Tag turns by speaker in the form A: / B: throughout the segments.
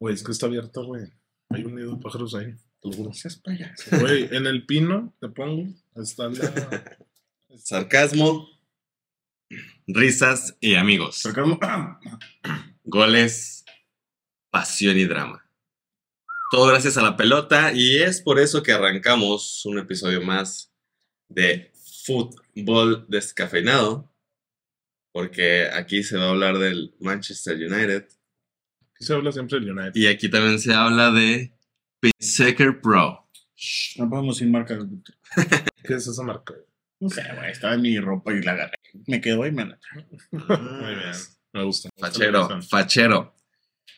A: Güey, es que está abierto, güey. Hay un nido de pájaros ahí, te lo juro.
B: Seas payaso.
A: Güey, en el pino, te pongo, está la...
B: Sarcasmo, risas y amigos.
A: Sarcasmo.
B: Goles, pasión y drama. Todo gracias a la pelota y es por eso que arrancamos un episodio más de Fútbol Descafeinado. Porque aquí se va a hablar del Manchester United
A: Aquí se habla siempre del United.
B: y aquí también se habla de Pinsecker Pro.
C: Shh, No podemos ir marcas.
A: ¿Qué es esa marca?
C: No sé, güey. Estaba en mi ropa y la agarré. Me quedó y me la
A: Muy bien, me gusta.
B: Fachero, fachero.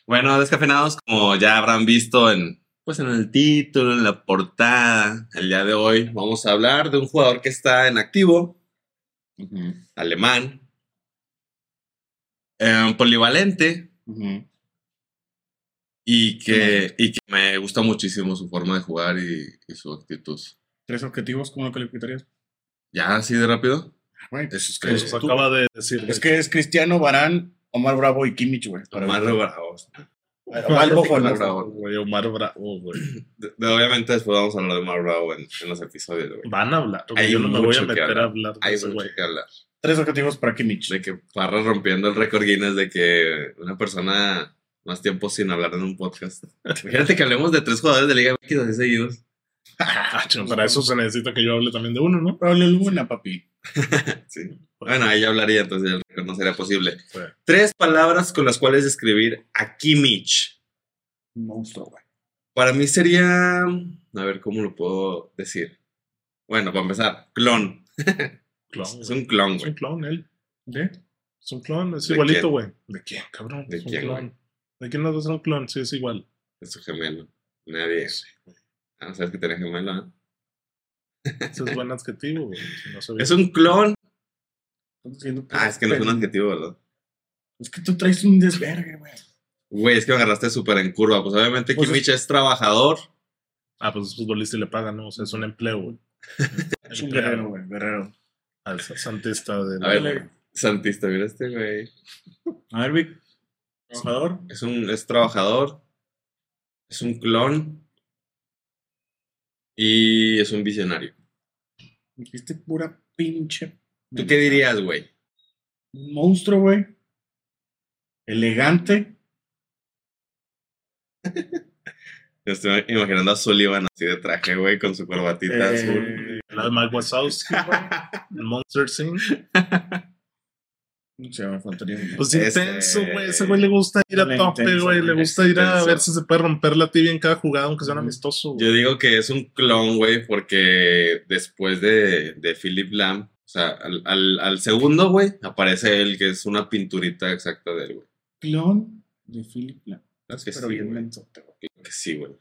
B: Bueno, descafeinados, como ya habrán visto en, pues en el título, en la portada, el día de hoy vamos a hablar de un jugador que está en activo,
C: Ujú,
B: alemán, eh, polivalente
C: ujú.
B: y que, y que me gusta muchísimo su forma de jugar y, y su actitud.
C: Tres objetivos, ¿cómo lo calificarías? Ah,
B: ¿Ya así de rápido?
C: Güey,
B: Eso es que...
A: Pues
C: tú-
A: acaba de decir.
C: Es que es Cristiano, Barán, Omar Bravo y Kimmich, güey. para
B: Omar
C: mí.
B: Bravo.
C: Omar
B: Omar
C: Bravo.
B: Bravo.
A: Güey, Omar Bravo, güey.
B: De- de- obviamente después vamos a hablar de Omar Bravo en, en los episodios. güey.
A: Van a hablar. güey,
B: Hay
A: Yo no me voy a
B: mucho que
A: meter a
B: hablar.
A: hablar de
B: Hay
A: eso,
B: mucho
A: güey.
B: que hablar.
C: Tres objetivos para Kimmich.
B: De que Parra rompiendo el récord Guinness de que una persona más tiempo sin hablar en un podcast. Fíjate que hablemos de tres jugadores de Liga MX así seguidos.
A: Ah, chino, Para eso se necesita que yo hable también de uno, ¿no?
C: Probable Luna, papi.
B: Sí. Bueno, ahí hablaría, entonces el récord no sería posible.
A: Sí.
B: Tres palabras con las cuales describir a Kimmich.
C: Un Monstruo, güey.
B: Para mí sería... A ver, ¿cómo lo puedo decir? Bueno, para empezar, clon.
A: Clon,
B: Es
A: güey.
B: un clon,
A: Es un
B: güey.
A: clon, él.
C: ¿De?
A: Es un clon, es
B: ¿De
A: igualito,
B: quién?
A: güey. ¿De quién, cabrón?
B: ¿De
A: Es un
B: quién,
A: clon.
B: güey?
A: ¿De quién no es un clon? Sí, es igual.
B: Es su gemelo. Nadie.
A: Sí, güey.
B: Ah, sabes que tiene gemelo, ¿eh?
A: Ese es buen adjetivo, güey. si no sabía.
B: Es un clon. Ah, es que no es
C: es
B: un adjetivo, ¿verdad?
C: Es que tú traes un desvergue, güey.
B: Güey, es que me agarraste súper en curva. Pues obviamente
C: Pues es-
B: Kimmich es trabajador.
A: Ah, pues es futbolista y le pagan, ¿no? O sea, es un empleo, güey.
C: Es un
A: Empleado.
C: guerrero, güey. Guerrero.
A: Al sa- santista de
B: A ver, güey. Santista, mira este güey.
C: A ver, Vic. Trabajador.
B: Es un es trabajador. Es un clon. Y es un visionario.
C: Dijiste pura pinche.
B: ¿Tú qué dirías, güey?
C: Un monstruo, güey. Elegante.
B: Me Estoy imaginando a Sullivan así de traje, güey, con su corbatita azul.
C: eh,
A: La de Mike Wazowski, güey. Monster Sing.
C: No sé, me faltaría.
A: Pues
B: Este-
A: intenso, güey. Ese güey le gusta ir a
C: Dale,
A: tope,
C: intenso,
A: güey. Le
B: güey,
A: gusta ir a
B: intenso.
A: ver si se puede romper la tibia en cada jugada, aunque sea un
C: Ujú.
A: amistoso, güey.
B: Yo digo que es un clon, güey, porque después de, de Philip Lam, o sea, al, al- al segundo, güey, aparece él, que es una pinturita exacta de él, güey.
C: Clon de Philip Lam.
B: Es que
C: Pero
B: sí,
C: bien
B: güey.
C: mensote, güey.
B: Que sí, güey.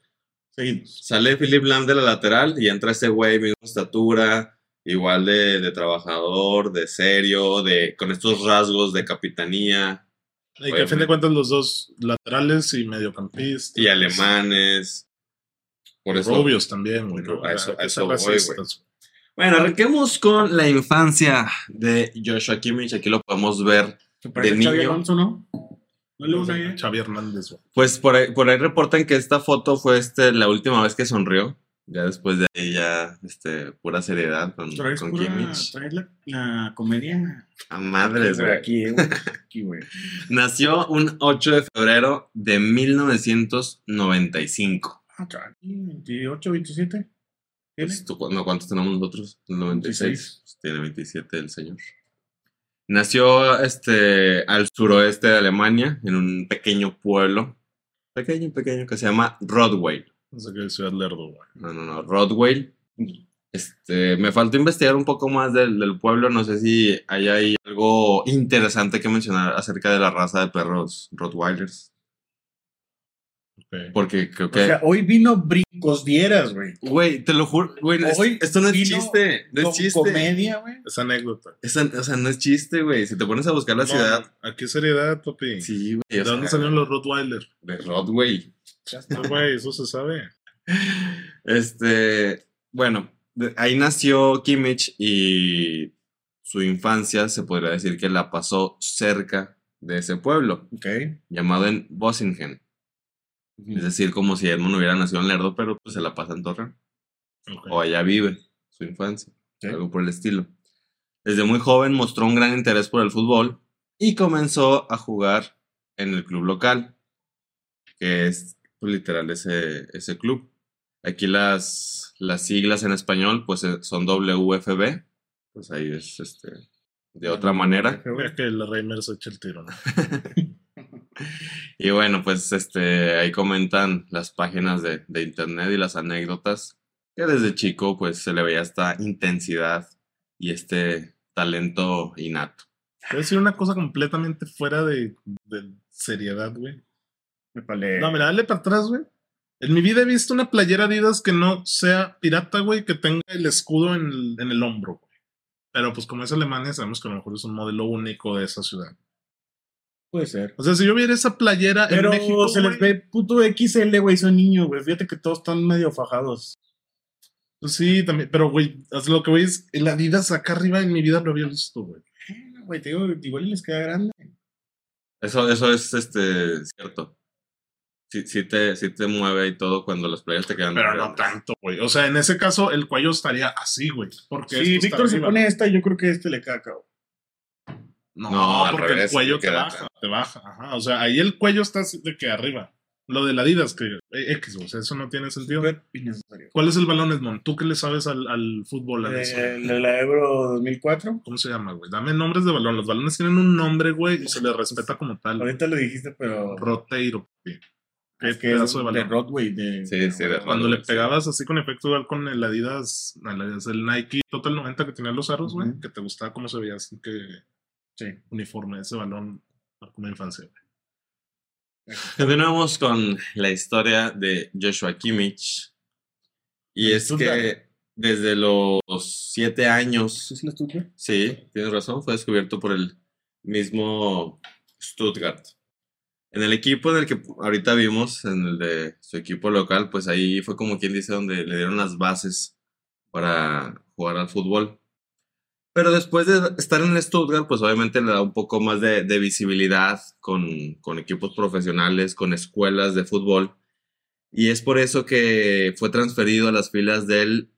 C: Seguimos.
B: Sale Philip Lam de la lateral y entra ese güey, misma estatura, igual de, de trabajador, de serio, de con estos rasgos de capitanía
A: Y que a fin
B: Obviamente.
A: de cuentas los dos laterales y mediocampistas.
B: y alemanes. Por eso.
A: Rubios también, güey.
B: Ru-
A: ¿no?
B: Pues a eso-
A: Que sean
B: a eso voy, güey.
A: racistas.
B: Bueno, arranquemos con la infancia de Joshua Kimmich. Aquí lo podemos ver
C: Se parece
B: De
C: a Xavi
B: niño.
C: Alonso, ¿no? No le una idea.
A: Xavi Hernández, güey.
B: Pues por ahí, por ahí reportan que esta foto fue este, la última vez que sonrió. Ya después de ahí ya, este, pura seriedad con,
C: Traes
B: con
C: pura-
B: Kimmich.
C: traes la, la comedia.
B: A madres, güey.
C: Aquí, eh, güey. Aquí, güey.
B: Nació un 8 de febrero de 1995.
C: Ah, caray, 28, 27. ¿Tiene?
B: Pues, ¿tú cu- no, ¿Cuántos tenemos nosotros? 96.
C: 26.
B: Pues, tiene 27 el señor. Nació este, al suroeste de Alemania, en un pequeño pueblo. Pequeño, pequeño, que se llama Rodway.
A: No sé qué ciudad lerdo, güey.
B: No, no, no, Rodway. Este, me faltó investigar un poco más del, del pueblo. No sé si hay ahí algo interesante que mencionar acerca de la raza de perros Rottweilers.
A: Ok.
B: Porque creo
C: O
B: que.
C: sea, hoy vino brincos dieras, güey.
B: Güey, te lo juro. Güey, no es-
C: Hoy
B: esto no es
C: vino
B: chiste. No
C: Con
B: es chiste.
C: comedia, güey.
A: Esa anécdota.
B: Esa- o sea, no es chiste, güey. Si te pones a buscar la
A: No,
B: ciudad.
A: Aquí seriedad, papi.
B: Sí, güey.
A: ¿De
B: o sea,
A: dónde salieron los Rottweiler?
B: De Rodway.
C: Ya está.
A: No, güey, eso se sabe.
B: Este. Bueno, de- ahí nació Kimmich y su infancia se podría decir que la pasó cerca de ese pueblo.
C: Ok.
B: llamado en Bosingen. Es decir, como si Edmond hubiera nacido en Lerdo, pero pues se la pasa en Torreón. o allá vive su infancia,
C: Sí.
B: algo por el estilo. Desde muy joven mostró un gran interés por el fútbol y comenzó a jugar en el club local, que es pues, literal ese, ese club. Aquí las, las siglas en español pues eh, son WFB, pues ahí es este, de otra manera.
A: Creo que el Reimer se echa el tiro, ¿no?
B: Y bueno, pues este, ahí comentan las páginas de, de internet y las anécdotas que desde chico pues se le veía esta intensidad y este talento innato.
A: Te voy a decir una cosa completamente fuera de, de seriedad, güey.
C: Épale.
A: No, mira, dale para atrás, güey. En mi vida he visto una playera Adidas que no sea pirata, güey, que tenga el escudo en el, en el hombro, güey. Pero pues como es Alemania, sabemos que a lo mejor es un modelo único de esa ciudad.
C: Puede ser.
A: O sea, si yo viera esa playera
C: Pero
A: en México,
C: se les
A: güey,
C: ve puto XL, güey, son niños, güey. Fíjate que todos están medio fajados.
A: pues sí, también. Pero, güey, o sea, lo que voy es, el Adidas acá arriba en mi vida lo había visto, güey.
C: Güey, te digo, igual les queda grande.
B: Eso, eso es este, cierto. Sí, sí te, sí te mueve y todo cuando las playas te quedan
A: Pero no
B: grandes.
A: tanto, güey. O sea, en ese caso, el cuello estaría así, güey. Porque esto
C: Sí,
A: está
C: Víctor se
A: arriba.
C: pone esta y yo creo que este le caca, güey.
A: No,
B: No, al
A: porque el
B: revés,
A: cuello
B: te
A: te
B: queda
A: baja,
B: acá.
A: te baja. Ajá, o sea, ahí el cuello está así de que arriba. Lo de la Adidas, que eh, X, o sea, eso no tiene sentido.
C: Súper innecesario.
A: ¿Cuál es el balón, Edmond? ¿Tú qué le sabes al, al fútbol? a eso?
C: Eh, La, la Euro 2004.
A: ¿Cómo se llama, güey? Dame nombres de balón. Los balones tienen un nombre, güey, y se les respeta como tal.
C: Ahorita lo dijiste, pero.
A: Roteiro. güey. Qué
C: es que es
A: pedazo de
C: de
A: balón.
C: rock, güey. De,
B: Sí, sí, de
A: Cuando
B: Ronaldo,
A: le pegabas así con efecto igual con el Adidas, el, Adidas, el Nike Total 90 que tenía los aros, güey,
C: Ujú.
A: que te gustaba cómo se veía así que
C: Sí.
A: uniforme ese balón para una infancia. güey.
B: Continuamos con la historia de Joshua Kimmich. Y
C: ¿El
A: Pues,
B: es
C: Stuttgart?
B: que desde los siete años
C: ¿Eso sí lo tuve?
B: Sí, tienes razón, fue descubierto por el mismo Stuttgart. En el equipo en el que ahorita vimos, en el de su equipo local, pues ahí fue como quien dice donde le dieron las bases para jugar al fútbol. Pero después de estar en el Stuttgart, pues obviamente le da un poco más de, de visibilidad con, con equipos profesionales, con escuelas de fútbol. Y es por eso que fue transferido a las filas del...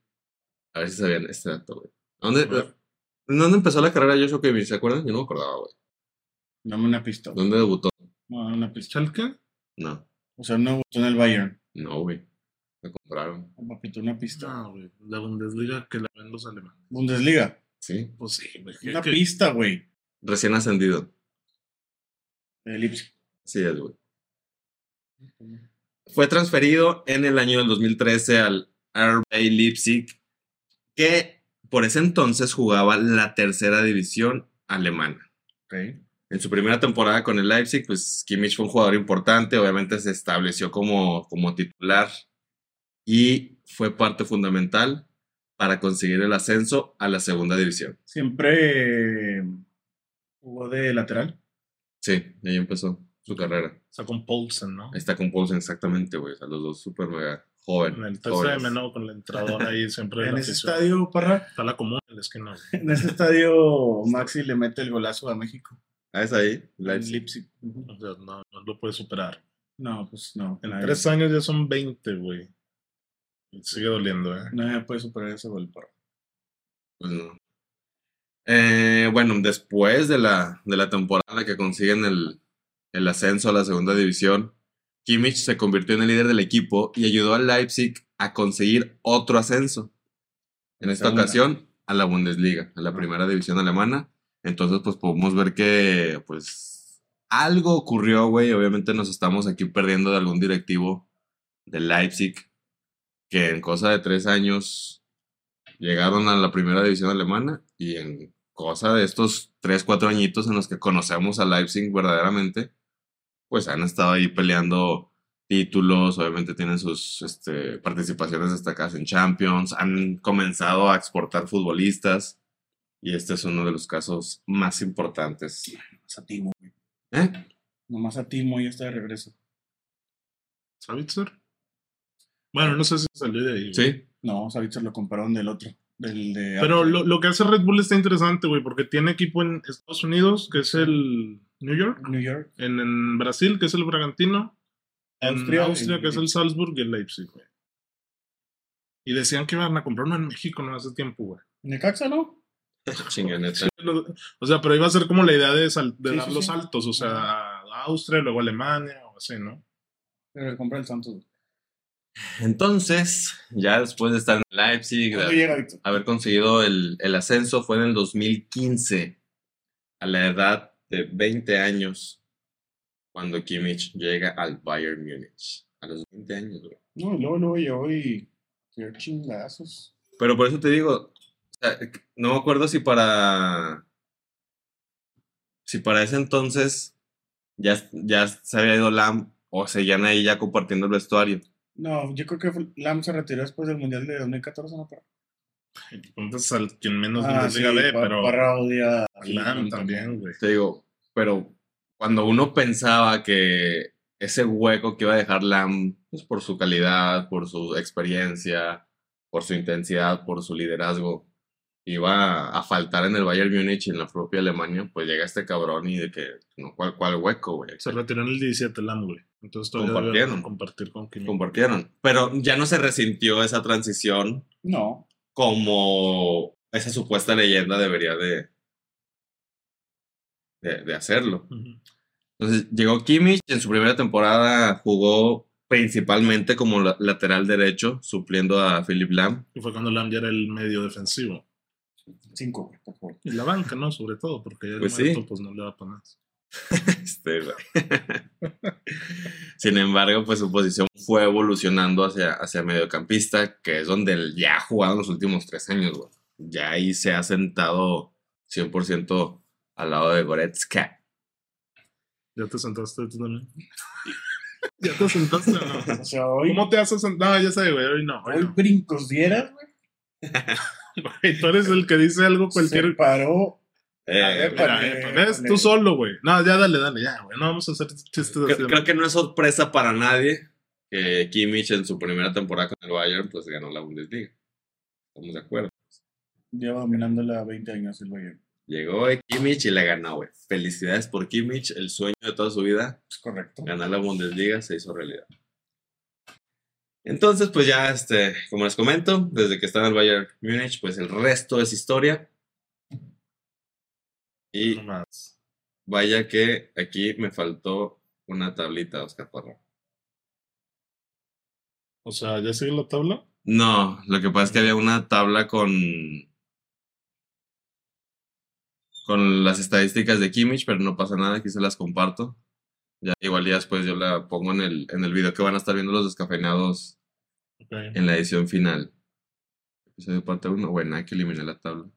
B: A ver si sabían este dato, güey. ¿A dónde-
A: A ver.
B: ¿En ¿Dónde empezó la carrera de Joshua Kimmich? ¿Se acuerdan? Yo no me acordaba, güey.
C: Dame una pista. güey.
B: ¿Dónde debutó?
C: Dame una pista.
A: ¿Schalke?
B: No,
C: O sea, no votó en el Bayern.
B: no, güey. Me compraron.
C: Papito, una pista.
A: No, güey. La Bundesliga que la ven los alemanes.
C: Bundesliga.
B: Sí.
A: Pues sí, güey.
C: Una
A: que-
C: pista, güey.
B: Recién ascendido.
C: De Leipzig.
B: Sí, es, güey. Fue transferido en el año del 2013 al RB Leipzig, que por ese entonces jugaba la tercera división alemana.
C: Ok.
B: En su primera temporada con el Leipzig, pues Kimmich fue un jugador importante, obviamente se estableció como, como titular y fue parte fundamental para conseguir el ascenso a la segunda división.
C: Siempre eh, jugó de lateral.
B: Sí, ahí empezó su carrera.
A: O sea, con Paulsen, ¿no?
B: Ahí Está con Paulsen exactamente, güey, o sea, los dos súper mega joven,
A: En el
B: jóvenes.
A: TCM, ¿no? Con la entradora ahí siempre.
C: En
A: la
C: ese
A: afición.
C: estadio, Parra.
A: Está la común en la esquina, güey.
C: En ese estadio, Maxi le mete el golazo a México.
B: Ah, es ahí,
C: Leipzig.
B: Leipzig.
C: Ujú.
A: O sea, no, no lo puede superar.
C: No, pues no.
A: En
C: nadie,
A: tres años ya son 20, güey. Y Sigue doliendo, ¿eh?
C: nadie puede superar ese gol. Parra.
B: Pues no. Eh, bueno, después de la, de la temporada que consiguen el, el ascenso a la segunda división, Kimmich se convirtió en el líder del equipo y ayudó al Leipzig a conseguir otro ascenso. En esta
C: Segunda.
B: ocasión, a la Bundesliga, a la
C: Ah.
B: primera división alemana. Entonces, pues podemos ver que, pues, algo ocurrió, güey. Obviamente nos estamos aquí perdiendo de algún directivo de Leipzig que en cosa de tres años llegaron a la primera división alemana y en cosa de estos tres, cuatro añitos en los que conocemos a Leipzig verdaderamente, pues han estado ahí peleando títulos, obviamente tienen sus este, participaciones destacadas en Champions, han comenzado a exportar futbolistas y este es uno de los casos más importantes.
C: Nomás a Timo, güey.
B: ¿Eh?
C: Nomás a Timo ya está de regreso.
A: ¿Sabitzer? Bueno, no sé si salió de ahí. güey.
B: Sí,
C: No, Savitzer lo compraron del otro. Del de.
A: Pero lo, lo que hace Red Bull está interesante, güey, porque tiene equipo en Estados Unidos, que es el New York,
C: New York.
A: en, en Brasil, que es el Bragantino, Austria,
C: Austria,
A: Austria que es el
C: el-
A: Salzburg y el Leipzig, güey. Y decían que iban a comprar uno en México no hace tiempo, güey.
C: Necaxa, ¿no?
B: Chinga, neta.
A: Lo- O sea, pero iba a ser como la idea de, sal- de
C: Sí,
A: dar
C: sí,
A: los
C: sí.
A: saltos, o sea, a Austria, luego Alemania, o así, ¿no?
C: Pero le compré el Santos.
B: Entonces, ya después de estar en Leipzig,
C: ¿Cuándo
B: de
C: llega Víctor?
B: haber conseguido el, el ascenso, fue en el 2015, a la edad de 20 años, cuando Kimmich llega al Bayern Múnich. A los 20 años, güey.
C: No, y luego, luego llegó y. Qué chingazos.
B: Pero por eso te digo, o sea, no me acuerdo si para. Si para ese entonces ya, ya se había ido Lam o seguían ahí ya compartiendo el vestuario.
C: No, yo creo que Lam se retiró después del Mundial de 2014, ¿no? Pero...
A: Y te preguntas al quien menos
C: Ah, sí,
A: Bundesliga ve,
C: pa-
A: pero
C: parodia.
A: Alan también, güey.
B: Te digo, pero cuando uno pensaba que ese hueco que iba a dejar Lam, pues por su calidad, por su experiencia, por su intensidad, por su liderazgo, iba a faltar en el Bayern Múnich y en la propia Alemania, pues llega este cabrón y de que, no, ¿cuál, cuál hueco, güey?
A: Se retiró en el 17 Lam, güey. Entonces todavía debe
B: Compartieron.
A: compartir con Kimmich.
B: compartieron. Pero ya no se resintió esa transición
C: No.
B: como esa supuesta leyenda debería de, de, de hacerlo.
A: Ujú.
B: Entonces llegó Kimmich, en su primera temporada jugó principalmente como la- lateral derecho, supliendo a Philip Lam.
A: Y fue cuando Lam ya era el medio defensivo.
C: Cinco, güey, por favor.
A: Y la banca, ¿no? Sobre todo, porque ya el
B: Pues sí.
A: muerto, pues no le da para más.
B: Este, güey. Sin embargo, pues su posición fue evolucionando hacia, hacia mediocampista, que es donde él ya ha jugado en los últimos tres años, güey. Ya ahí se ha sentado 100% al lado de Goretzka.
A: ¿Ya te sentaste tú también? ¿Ya te sentaste o no?
C: O sea, hoy.
A: ¿Cómo te haces? No, ya sé, güey, hoy no. Hoy
C: Hoy
A: no.
C: brincos dieras, güey.
A: Güey, tú eres el que dice algo
C: Se
A: cualquier.
C: paró.
B: Eh,
A: A ver,
C: épale,
A: mira, eh, ¿Ves?
C: épale.
A: Tú solo, güey. No, ya dale, dale, ya, güey. No vamos a hacer chistes
B: creo,
A: así.
B: creo que no es sorpresa para nadie que Kimmich en su primera temporada con el Bayern pues ganó la Bundesliga. Estamos de acuerdo.
C: Lleva dominándola 20 años el Bayern.
B: Llegó eh, Kimmich y la ganó, güey. Felicidades por Kimmich, el sueño de toda su vida.
C: Es correcto.
A: Eh,
B: ganar la Bundesliga se hizo realidad. Entonces, pues ya, este, como les comento, desde que está en el Bayern Múnich, pues el resto es historia. Y
A: No más.
B: vaya que aquí me faltó una tablita, Oscar Parra.
A: O sea, ¿ya sigue la tabla?
B: No, lo que pasa es que había una tabla con con las estadísticas de Kimmich, pero no pasa nada, aquí se las comparto. Ya igual ya después yo la pongo en el, en el video que van a estar viendo los descafeinados
A: Ok.
B: en la edición final. Episodio parte 1. Bueno, hay que eliminar la tabla.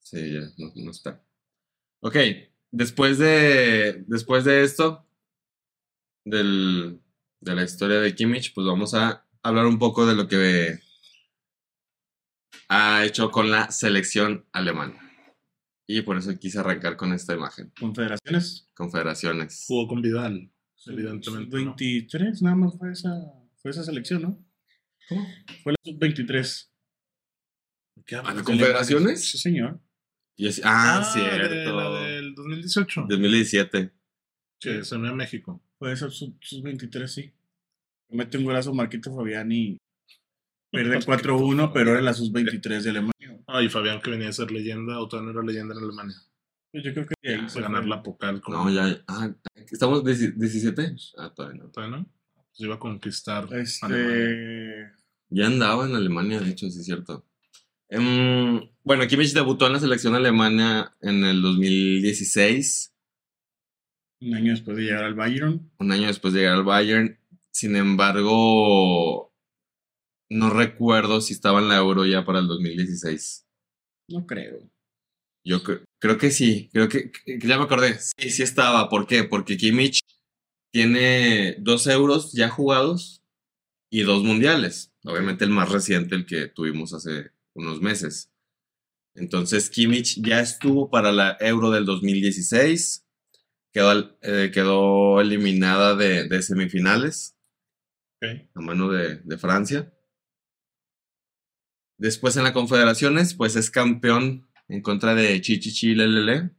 B: Sí, ya, no, no está. Ok, después de, después de esto, del, de la historia de Kimmich, pues vamos a hablar un poco de lo que ha hecho con la selección alemana. Y por eso quise arrancar con esta imagen.
C: Confederaciones.
B: Confederaciones.
A: Jugó con Vidal, evidentemente. ¿no?
C: 23, nada más fue esa, fue esa selección, ¿no?
B: ¿Cómo?
C: Fue la sub-23.
A: ¿Qué
B: ¿A la
A: hablas?
B: Confederaciones?
C: Sí, señor.
B: Y es- ah,
A: De,
B: cierto.
A: la del 2018.
B: 2017.
A: Que se unió a México.
C: Fue esa sub- sub-23, sí. Mete un golazo Marquito Fabián y pierde 4-1, pero era la sub-23 de Alemania.
A: Ah, y Fabián que venía a ser leyenda, o todavía no era leyenda en Alemania.
C: Pues Yo creo que de ahí
A: Se
C: se
A: ganar
C: fue.
A: la Pocal con
B: No, ya. Ah, ¿Estamos 10 17? Ah, todavía no.
A: todavía, ¿no? Se pues iba a conquistar Alemania.
C: Este.
B: Ya andaba en Alemania, de hecho, sí es cierto. Em, bueno, Kimmich debutó en la selección alemana en el 2016,
C: Un año después de llegar al Bayern.
B: un año después de llegar al Bayern. Sin embargo, no recuerdo si estaba en la Euro ya para el 2016.
C: No creo.
B: Yo cre- creo que sí, creo que, que ya me acordé. Sí, sí estaba. ¿Por qué? Porque Kimmich tiene dos euros ya jugados y dos mundiales. Obviamente el más reciente, el que tuvimos hace unos meses. Entonces Kimmich ya estuvo para la Euro del 2016. Quedó, al- eh, quedó eliminada de, de semifinales
A: Ok.
B: a mano de, de Francia. Después en la Confederaciones, pues es campeón en contra de Chichichi Lelele.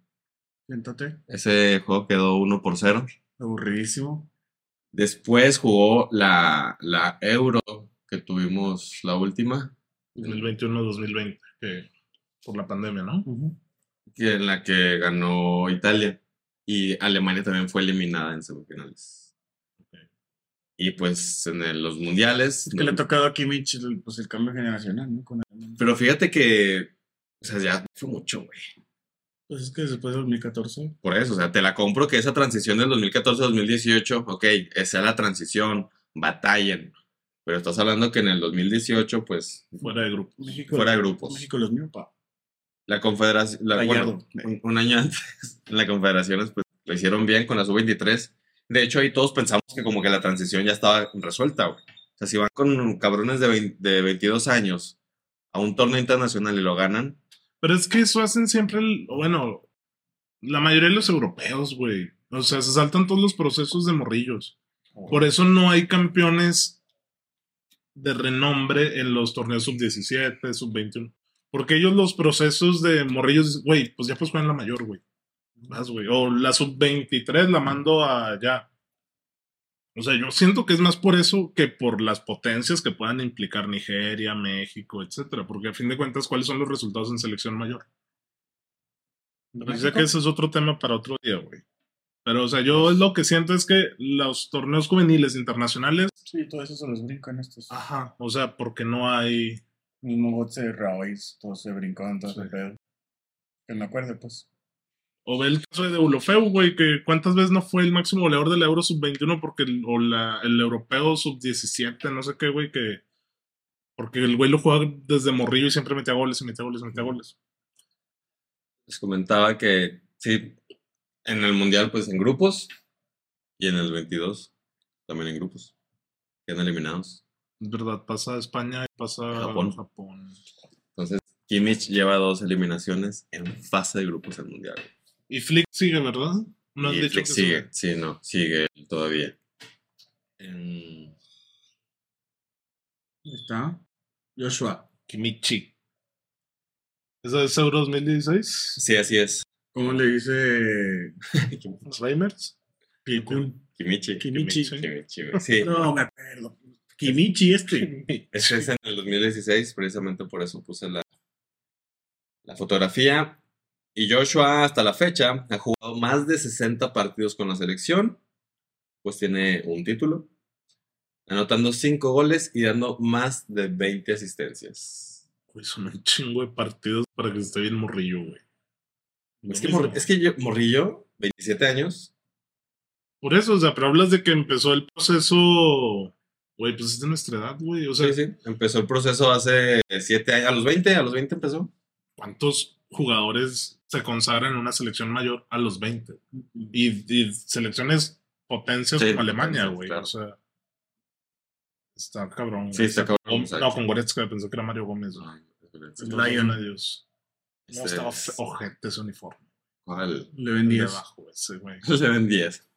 C: Siéntate.
B: Ese juego quedó 1 por 0.
C: Aburridísimo.
B: Después jugó la, la Euro que tuvimos la última,
A: 2021-2020, que por la pandemia, ¿no?
C: Ujú.
B: que en la que ganó Italia. Y Alemania también fue eliminada en semifinales. Y pues en el- los mundiales.
C: Es que le ha tocado a Kimmich el, pues, el cambio generacional, ¿no? Con el-
B: Pero fíjate que. O sea, ya fue mucho, güey.
C: pues es que después de 2014.
B: Por eso, o sea, te la compro que esa transición del 2014-2018, ok, esa es la transición, batallen. Pero estás hablando que en el 2018, pues,
A: Fuera de grupo.
C: México,
B: fuera de grupos.
C: México los míos, pa.
B: La confederación, la, bueno,
C: Gallardo.
B: un, un año antes, en la confederaciones, pues, lo hicieron bien con la sub-23. De hecho, ahí todos pensamos que como que la transición ya estaba resuelta, güey. O sea, si van con cabrones de, 20 de 22 años a un torneo internacional y lo ganan,
A: Pero es que eso hacen siempre, el- bueno, la mayoría de los europeos, güey. O sea, se saltan todos los procesos de morrillos. Por eso no hay campeones de renombre en los torneos sub-17, sub-21. Porque ellos los procesos de morrillos, güey, pues ya pues juegan la mayor, güey. Vas, güey. O la sub-23 la mando allá. O sea, yo siento que es más por eso que por las potencias que puedan implicar Nigeria, México, etcétera. Porque a fin de cuentas, ¿cuáles son los resultados en selección mayor? Pero sé que ese es otro tema para otro día, güey. Pero, o sea, yo lo que siento es que los torneos juveniles internacionales,
C: Sí, todo eso se los brincan estos.
A: ajá, o sea, porque no hay.
C: Mismo Gotze, Raois, todos se brincaban, todo ese
A: Sí.
C: pedo. Que me acuerdo, pues.
A: O ve el caso de Deulofeu, güey, que cuántas veces no fue el máximo goleador del Euro sub-21 porque el, o la- el europeo sub-17, no sé qué, güey, que. Porque el güey lo jugaba desde morrillo y siempre metía goles y metía goles y metía goles.
B: les comentaba que sí, en el mundial, pues en grupos, y en el 22, también en grupos, quedan eliminados.
A: Es verdad, pasa a España y pasa a
B: Japón.
A: Japón.
B: Entonces, Kimmich lleva dos eliminaciones en fase de grupos del mundial.
A: Y Flick sigue, ¿verdad? No has
B: y
A: dicho
B: Flick
A: que
B: sigue, sí, no, sigue todavía. En-
C: Ahí está. Joshua.
A: Kimichi. ¿Eso es Euro 2016?
B: Sí, así es.
C: ¿Cómo le dice
A: ¿Los Reimers?
C: Kikun?
B: Kimichi.
C: Kimichi.
B: Kimichi, güey. Sí,
C: No, me acuerdo. Kimichi este.
B: ese es en el 2016, precisamente por eso puse la, la fotografía. Y Joshua, hasta la fecha, ha jugado más de 60 partidos con la selección, pues tiene un título, anotando 5 goles y dando más de 20 asistencias.
A: Güey, son un chingo de partidos para que esté bien morrillo, güey.
B: Es que, Mor- es que yo- Morrillo, 27 años,
A: Por eso, o sea, pero hablas de que empezó el proceso. Güey, pues es de nuestra edad, güey. O sea,
B: sí, sí, empezó el proceso hace 7 años, a los 20, a los 20 empezó.
A: ¿cuántos jugadores se consagran en una selección mayor a los 20? Y, y selecciones potencias
B: Sí,
A: como Alemania,
B: potencias,
A: güey.
B: claro.
A: O sea, está cabrón.
B: Sí,
A: güey.
B: está cabrón,
A: Gó-
B: exacto.
A: No, con Goretzka pensé que era Mario Gómez. güey.
C: Lyon.
A: Adiós. No,
B: Este
A: estaba
B: es-
A: fe- ojete ese uniforme.
B: ¿Cuál?
C: Le vendía.
A: Debajo, ese, güey.
B: Se ven 10.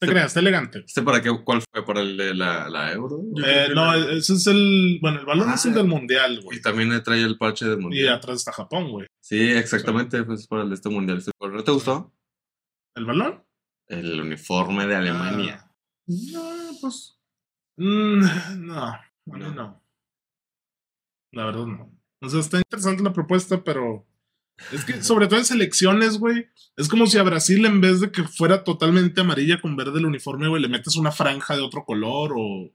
A: Te creas, está elegante.
B: ¿Este para qué? ¿Cuál fue? ¿Para el de la, la Euro?
C: Yo
A: Eh,
C: creo que
A: no,
C: la-
A: ese es el. Bueno, el balón
B: Ah,
A: es el del mundial,
B: Y
A: güey.
B: también trae el parche del
A: Y
B: mundial.
A: atrás está Japón, güey.
B: Sí, exactamente, pues para el de este mundial. Este- ¿No te gustó?
A: ¿El balón?
B: El uniforme de Alemania.
A: Ah. No, pues. mm, no, a mí
B: No.
A: no. La verdad, no. O sea, está interesante la propuesta, pero. Es que, sobre todo en selecciones, güey. Es como si a Brasil, en vez de que fuera totalmente amarilla con verde el uniforme, güey, le metes una franja de otro color o. o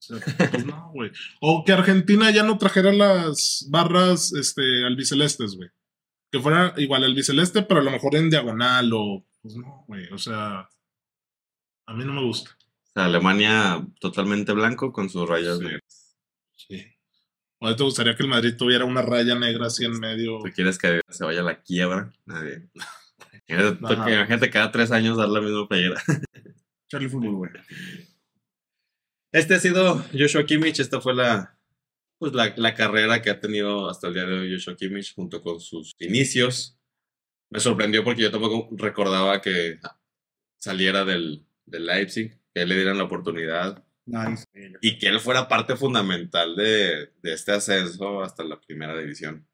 A: sea, pues no, güey. O que Argentina ya no trajera las barras este, albicelestes, güey. Que fuera igual albiceleste, pero a lo mejor en diagonal o. Pues no, güey. O sea. A mí no me gusta.
B: O sea, Alemania totalmente blanco con sus rayas
A: Sí.
B: negras.
A: ¿O te gustaría que el Madrid tuviera una raya negra así en medio?
B: ¿Tú quieres que se vaya a la quiebra? Nadie. Imagínate,
A: Ajá.
B: que- imagínate cada tres años dar la misma playera.
C: Charlie Fútbol, güey.
B: Este ha sido Joshua Kimmich. Esta fue la, pues la, la carrera que ha tenido hasta el día de hoy Joshua Kimmich junto con sus inicios. Me sorprendió porque yo tampoco recordaba que saliera del, del Leipzig, que le dieran la oportunidad
C: Nice.
B: y que él fuera parte fundamental de, de este ascenso hasta la primera división.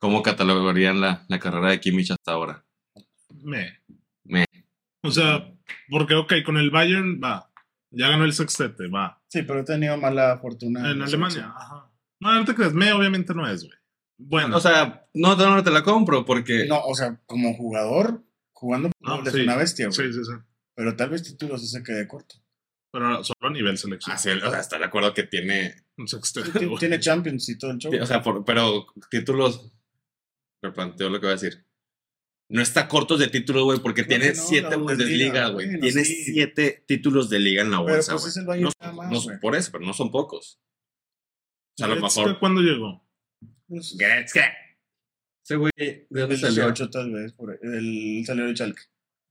B: ¿Cómo catalogarían la, la carrera de Kimmich hasta ahora?
A: Me.
B: Meh.
A: O sea, Porque, ok, con el Bayern va. Ya ganó el sextete, va.
C: Sí, pero he tenido mala fortuna.
A: en
C: la
A: Alemania. Ajá. No, no te creas. Me obviamente no es, güey. Bueno,
B: O sea, no, no, no te la compro porque.
C: selección. No, o sea, como jugador, jugando
A: No,
C: es
A: sí.
C: una bestia, güey.
A: sí, sí, sí.
C: Pero tal vez títulos sí se quede corto.
A: Pero solo a nivel selección.
B: así, Ah, o sea, está de acuerdo que tiene.
A: Un
C: Sí,
A: sextete,
C: ti-
A: güey.
C: Tiene Champions y todo el show.
B: O sea, por- pero títulos. Replanteo lo que voy a decir. No está corto de títulos, güey, porque
C: Claro
B: tiene
C: que no,
B: siete
C: la
B: Bundesliga,
C: Bundesliga,
B: güey.
C: bueno,
B: tiene
C: sí.
B: siete títulos de liga en la
C: pero
B: bolsa,
C: pues
B: güey.
C: es el Bayern nada más,
B: No,
C: güey.
B: por eso, pero no son pocos. O sea, a lo
A: Goretzka,
B: mejor.
A: ¿Cuándo llegó?
C: Pues,
B: Goretzka. Ese güey, ¿de dónde
C: el
B: salió?
C: 18 tal vez, por ahí. el salió de Chalk.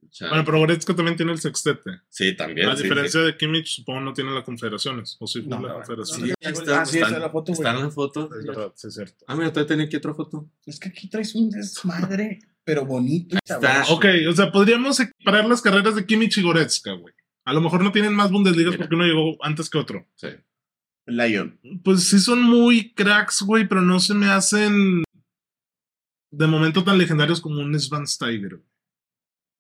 B: Chale.
A: Bueno, pero Goretzka también tiene el sextete.
B: Sí, también.
A: a
B: sí,
A: diferencia de Kimmich, supongo no tiene las confederaciones. O sí,
C: No,
A: no, la
B: no,
A: confederación.
B: sí. Sí, ahí está,
C: Ah, sí,
B: están-
C: esa es la foto, güey.
B: Está en la foto.
A: Es verdad, sí, es cierto.
B: Ah, mira, todavía tenía aquí otra foto.
C: Es que aquí traes un desmadre, pero bonito. y
B: está.
C: sabroso.
A: Ok, o sea, podríamos equiparar las carreras de Kimmich y Goretzka, güey. A lo mejor no tienen más Bundesligas
B: Mira.
A: porque uno llegó antes que otro.
B: Sí.
C: Lion.
A: Pues sí son muy cracks, güey, pero no se me hacen de momento tan legendarios como un Svan Steiger. güey.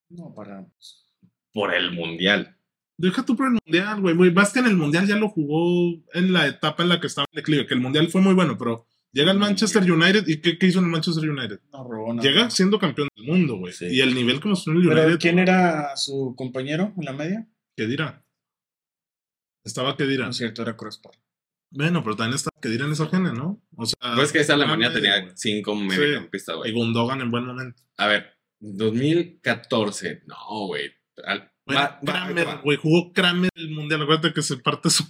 C: No, para. pues,
B: Por el mundial.
A: Deja tú por el mundial, güey. Güey, Vasca en el mundial ya lo jugó en la etapa en la que estaba en declive, que el mundial fue muy bueno, pero llega al Manchester United y ¿qué, qué hizo en el Manchester United?
C: No robó nada.
A: Llega siendo campeón del mundo, güey.
B: Sí.
A: Y el nivel como son el
C: ¿Pero
A: United,
C: quién era su compañero en la media?
A: ¿qué dirá? Estaba que dirá.
C: No es cierto, era Crossport.
A: Bueno, pero también estaba que dirá en esa gene, ¿no? O sea,
B: Pues que esa Alemania
A: ah,
B: tenía
A: güey.
B: cinco mediocampistas,
A: y
B: güey.
A: Gundogan en buen momento.
B: A ver, 2014. No, güey. Al-
A: Bueno,
B: Ba- Ba-
A: Kramer, güey, jugó Kramer el mundial. Acuérdate que se parte su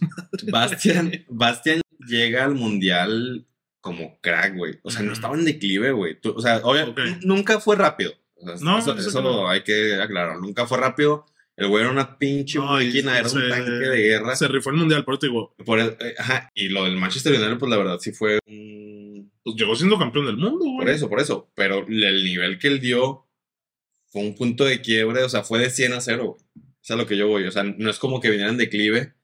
B: Bastian, Bastian llega al mundial como crack, güey. O sea, no
A: Ujú.
B: estaba en declive, güey. Tú- O sea, obvia-
A: Ok.
B: n- nunca fue rápido. O sea,
A: No,
B: eso,
A: eso
B: eso
A: no.
B: hay que aclarar. Nunca fue rápido. El güey era una pinche
A: No, y
B: máquina, era
A: se-
B: un tanque de guerra.
A: Se rifó el mundial, pero te digo,
B: Por el- eh, ajá, y lo del Manchester United, pues la verdad sí fue un
A: pues llegó siendo campeón del mundo,
B: Por
A: güey.
B: eso, por eso. Pero el nivel que él dio fue un punto de quiebre, o sea, fue de 100 a 0, güey. Eso es a lo que yo voy. O sea, no es como que viniera en declive.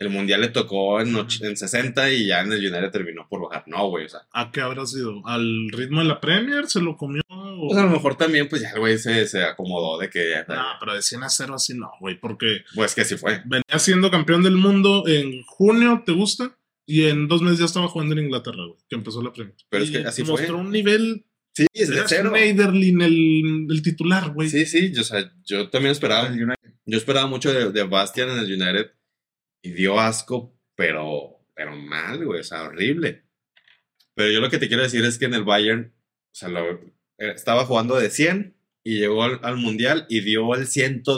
B: El mundial le tocó en, och- en 60 y ya en el United terminó por bajar. No, güey, o sea.
A: ¿A qué habrá sido? ¿Al ritmo de la Premier? ¿Se lo comió? O-
B: Pues a lo mejor también, pues ya el güey se, se acomodó de que ya.
A: No, pero de 100 a 0 así no, güey, porque
B: Pues que sí fue.
A: venía siendo campeón del mundo en junio, ¿te gusta? Y en dos meses ya estaba jugando en Inglaterra, güey, que empezó la Premier.
B: Pero es
A: Y
B: que así
A: mostró
B: fue.
A: un nivel.
B: Sí, es de
A: Era
B: cero.
A: Schneiderlin el, el titular, güey.
B: Sí, sí, yo, o sea, yo también esperaba.
C: El United.
B: Yo esperaba mucho de, de Bastian en el United y dio asco, pero, pero mal, güey, o sea, horrible. Pero yo lo que te quiero decir es que en el Bayern, o sea, lo- eh, estaba jugando de 100 y llegó al, al Mundial y dio el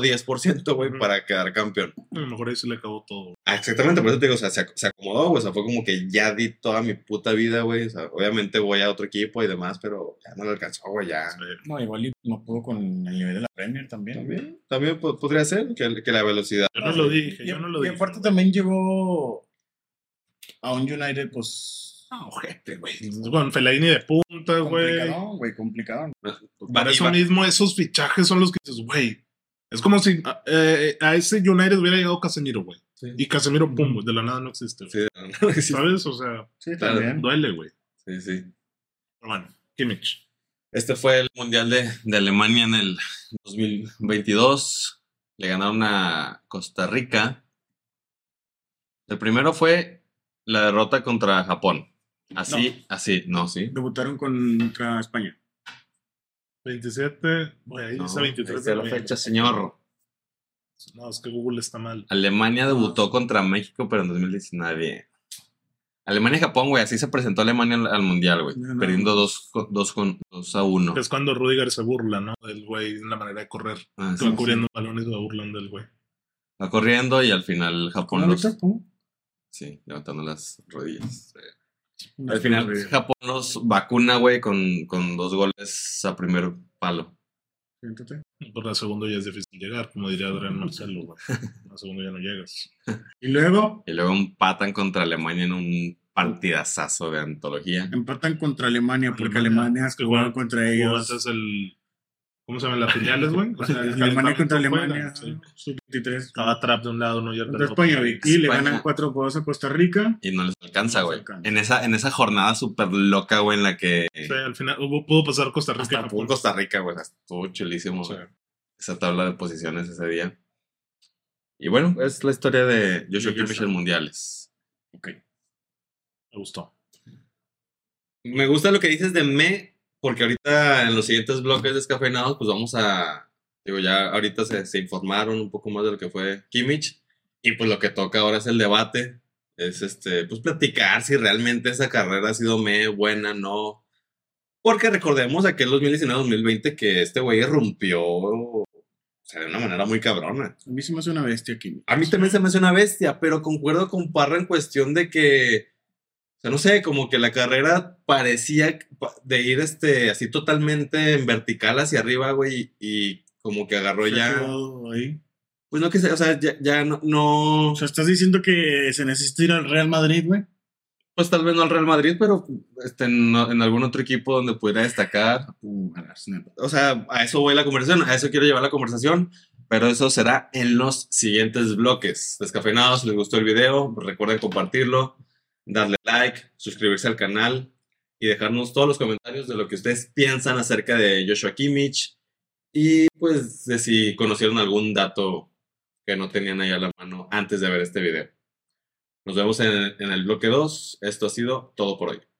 B: 110%, güey,
A: Ujú.
B: para quedar campeón.
A: A lo mejor ahí se le acabó todo.
B: Ah, Exactamente, por eso te digo, o sea, se, ac- se acomodó, güey, o sea, fue como que ya di toda mi puta vida, güey, o sea, obviamente voy a otro equipo y demás, pero ya no lo alcanzó, güey, ya.
A: Sí.
C: No, igual y no pudo con el nivel de la Premier también. Ah,
B: También, también po- podría ser que, que la velocidad.
A: Yo no lo dije, yo no lo
C: y
A: dije.
C: aparte también llegó a un United, pues.
A: No, ojete, güey. Con Fellaini de punta, Ah, güey.
C: Complicado, güey, complicado.
A: Por eso
B: Iba-
A: mismo esos fichajes son los que dices, güey. Es como si a, eh, a ese United hubiera llegado Casemiro, güey.
B: Sí.
A: Y Casemiro, pum, güey, de la nada no existe. güey.
B: Sí, no, sí,
A: ¿Sabes? O sea,
C: Sí,
B: Claro.
C: también.
A: duele, güey.
B: sí, sí.
A: Pero bueno, Kimmich.
B: Este fue el Mundial de, de Alemania en el 2022. Le ganaron a Costa Rica. El primero fue la derrota contra Japón. Así, así, no, sí.
C: Debutaron contra España.
A: 27, güey, ahí
B: No,
A: dice 23
B: ahí está
A: de
B: la
A: noviembre.
B: fecha, señor.
A: No, es que Google está mal.
B: Alemania debutó contra México, pero en 2019. Alemania y Japón, güey, así se presentó Alemania al, al Mundial, güey.
C: No, no.
B: Perdiendo 2 dos, dos con- dos a 1.
A: Que es cuando Rudiger se burla, ¿no? Del güey, en la manera de correr. Que va
C: sí.
A: cubriendo balones y va burlando del güey.
B: Ah, Va corriendo y al final Japón
C: ¿No,
B: los-
C: Víctor? ¿Tú?
B: Sí, levantando las rodillas.
C: No,
B: Al final,
C: horrible.
B: Japón nos vacuna, güey, con, con dos goles a primer palo.
C: Siéntate.
A: Por la segunda ya es difícil llegar, como diría Adrián Marcelo, güey. La segunda ya no llegas.
C: Y luego
B: Y luego empatan contra Alemania en un partidazazo de antología.
C: empatan contra Alemania, porque
A: Alemania.
C: Alemania
A: Es que
C: jugó
A: juegan-
C: contra
A: O
C: ellos.
A: antes el. ¿Cómo se llaman las filiales, güey? O sea, el
C: Alemania contra
A: fuera,
C: Alemania,
A: sí.
C: sub-23.
A: Estaba Trap de un lado, Ah, no Jordan.
C: Contra España, Vic. Y le
B: España.
C: ganan 4 goles a Costa Rica.
B: Y no les alcanza,
C: No les
B: güey.
C: alcanza.
B: En esa, en esa jornada súper loca, güey, en la que
A: Sí, al final hubo- pudo pasar Costa Rica. y
B: hasta
A: Japón.
B: Costa Rica, güey. o sea, Estuvo chulísimo,
A: Sí.
B: güey. Esa tabla de posiciones ese día. Y bueno, es la historia de Joshua
C: Joshua.
B: Kimmich en mundiales.
C: Ok.
A: Me gustó.
B: Me gusta lo que dices de me, porque ahorita en los siguientes bloques descafeinados, pues vamos a. Digo, ya ahorita se, se informaron un poco más de lo que fue Kimmich. Y pues lo que toca ahora es el debate. Es este, pues platicar si realmente esa carrera ha sido me, buena, no. Porque recordemos aquel 2019-2020 que este güey irrumpió, o sea, de una manera muy cabrona.
C: A mí se me hace una bestia Kimmich.
B: A mí también se me hace una bestia, pero concuerdo con Parra en cuestión de que, o sea, no sé, como que la carrera parecía pa- de ir este, así totalmente en vertical hacia arriba, güey, y como que agarró
C: Se ha
B: ya.
C: quedado ahí.
B: Pues no que sea, o sea, ya, ya no, no,
C: O sea, estás diciendo que se necesita ir al Real Madrid, güey.
B: pues tal vez no al Real Madrid, pero este, en, en algún otro equipo donde pudiera destacar.
C: Uh, al Arsenal.
B: O sea, a eso voy la conversación, a eso quiero llevar la conversación, pero eso será en los siguientes bloques. Descafeinados, si les gustó el video, recuerden compartirlo, darle like, suscribirse al canal y dejarnos todos los comentarios de lo que ustedes piensan acerca de Joshua Kimmich y pues de si conocieron algún dato que no tenían ahí a la mano antes de ver este video. Nos vemos en, en el bloque 2. Esto ha sido todo por hoy.